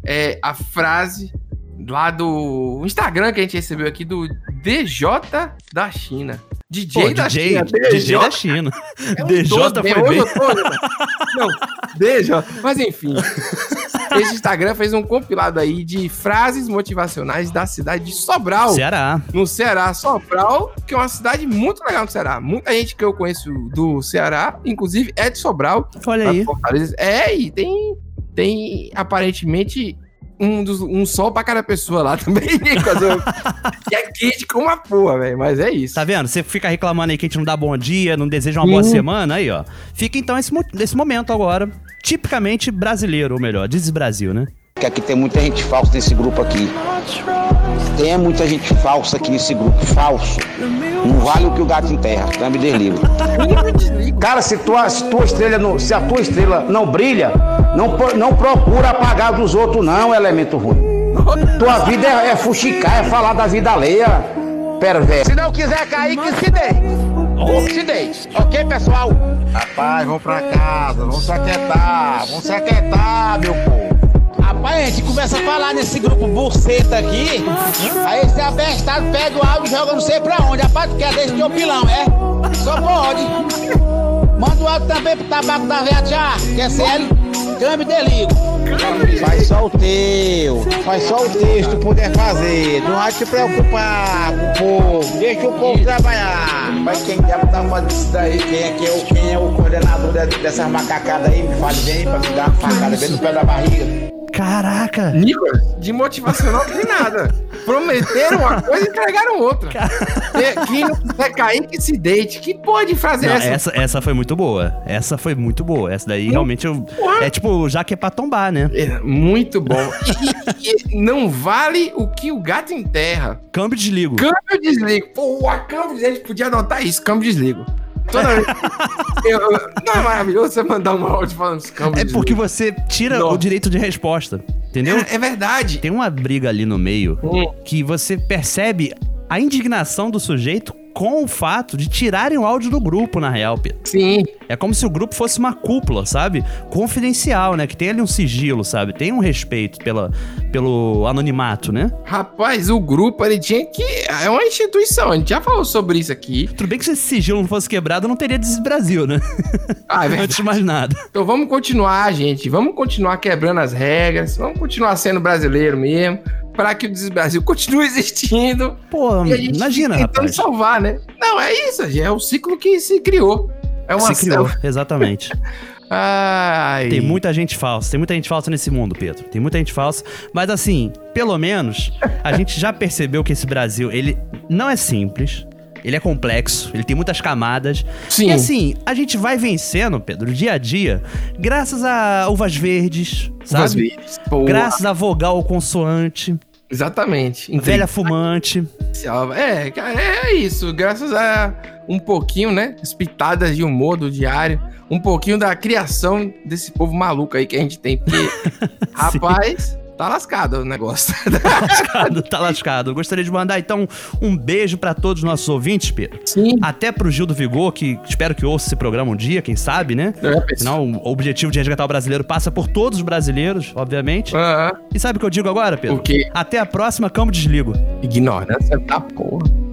é, a frase lá do Instagram que a gente recebeu aqui do DJ da China. DJ Pô, da DJ, China. DJ da China. É um DJ todo, né? foi Hoje bem. eu tô, né? Não, DJ. Mas enfim. Esse Instagram fez um compilado aí de frases motivacionais da cidade de Sobral. Ceará. No Ceará, Sobral, que é uma cidade muito legal no Ceará. Muita gente que eu conheço do Ceará, inclusive é de Sobral. Olha aí. É, e tem, tem aparentemente um, dos- um sol pra cada pessoa lá também, Nicolas. Eu- que é quente como uma porra, velho. Mas é isso. Tá vendo? Você fica reclamando aí que a gente não dá bom dia, não deseja uma boa Sim. semana, aí, ó. Fica então esse, mo- nesse momento agora, tipicamente brasileiro, ou melhor, diz Brasil, né? Que aqui tem muita gente falsa nesse grupo aqui. Tem muita gente falsa aqui nesse grupo, falso. Não vale o que o gato enterra, tá? Me desligo. Cara, se tua, se tua estrela não, se a tua estrela não brilha, não, pro- não procura apagar dos outros, não, elemento ruim. Tua vida é, é fuxicar, é falar da vida alheia, perverso. Se não quiser cair, que se deite. Se deite. Ok, pessoal? Rapaz, vamos pra casa. Vamos se aquietar. Vamos se aquietar, meu povo. Rapaz, a gente começa a falar nesse grupo buceta aqui. Aí esse abestado pega o áudio e joga não sei pra onde. Rapaz, tu quer desse teu pilão, é? Só pode. Manda o áudio também pro tabaco da velha já. Que é sério? Câmbio e deligo. Faz só o teu, faz só o texto puder fazer. Não vai te preocupar com o povo. Deixa o povo trabalhar. Mas quem deve tá fazendo isso daí? Quem é, que é, o- quem é o coordenador de- dessas macacadas aí? Me fale bem pra me dar uma facada bem no pé da barriga. Caraca! Nicolas, de motivacional não tem nada. Prometeram uma coisa e entregaram outra. É, Quem não quiser cair, que se deite. Que porra de frase é Não, essa? essa, essa foi muito boa. Essa foi muito boa. Essa daí realmente eu- é tipo, já que é pra tombar, né? muito bom. E não vale o que o gato enterra. Câmbio e desligo. Câmbio e desligo. Pô, a câmbio e desligo. Podia adotar isso, câmbio e desligo. Toda vez. Eu- eu- não é maravilhoso você mandar um áudio falando isso, câmbio e É desligo. porque você tira o direito de resposta, entendeu? É, verdade. Tem uma briga ali no meio que você percebe a indignação do sujeito com o fato de tirarem o áudio do grupo, na real, Pedro. Sim. É como se o grupo fosse uma cúpula, sabe? Confidencial, né? Que tem ali um sigilo, sabe? Tem um respeito pela, pelo anonimato, né? Rapaz, o grupo ele tinha que. É uma instituição, a gente já falou sobre isso aqui. Tudo bem que se esse sigilo não fosse quebrado, não teria Brasil, né? Ah, é verdade. Antes de mais nada. Então vamos continuar, gente. Vamos continuar quebrando as regras. Vamos continuar sendo brasileiro mesmo. Para que o Desbrasil continue existindo. Pô, E a gente imagina, tentando rapaz. salvar, né? Não, é isso, gente. É o ciclo que se criou. É uma Se criou, exatamente. Ai. Tem muita gente falsa, tem muita gente falsa nesse mundo, Pedro. Tem muita gente falsa, mas assim, pelo menos a gente já percebeu que esse Brasil, ele não é simples. Ele é complexo, ele tem muitas camadas. Sim. E assim, a gente vai vencendo, Pedro, dia a dia, graças a uvas verdes, sabe? Uvas verdes, boa. Graças a vogal consoante. Exatamente. Velha fumante. É, cara, é isso. Graças a um pouquinho, né? As pitadas de humor do diário. Um pouquinho da criação desse povo maluco aí que a gente tem. Porque, rapaz, tá lascado o negócio. Tá lascado, tá lascado. Eu gostaria de mandar, então, um beijo pra todos os nossos ouvintes, Pedro. Sim. Até pro Gil do Vigor, que espero que ouça esse programa um dia, quem sabe, né? é Afinal, o objetivo de resgatar o brasileiro passa por todos os brasileiros, obviamente. E sabe o que eu digo agora, Pedro? O quê? Até a próxima, campo desligo. Ignorância da porra.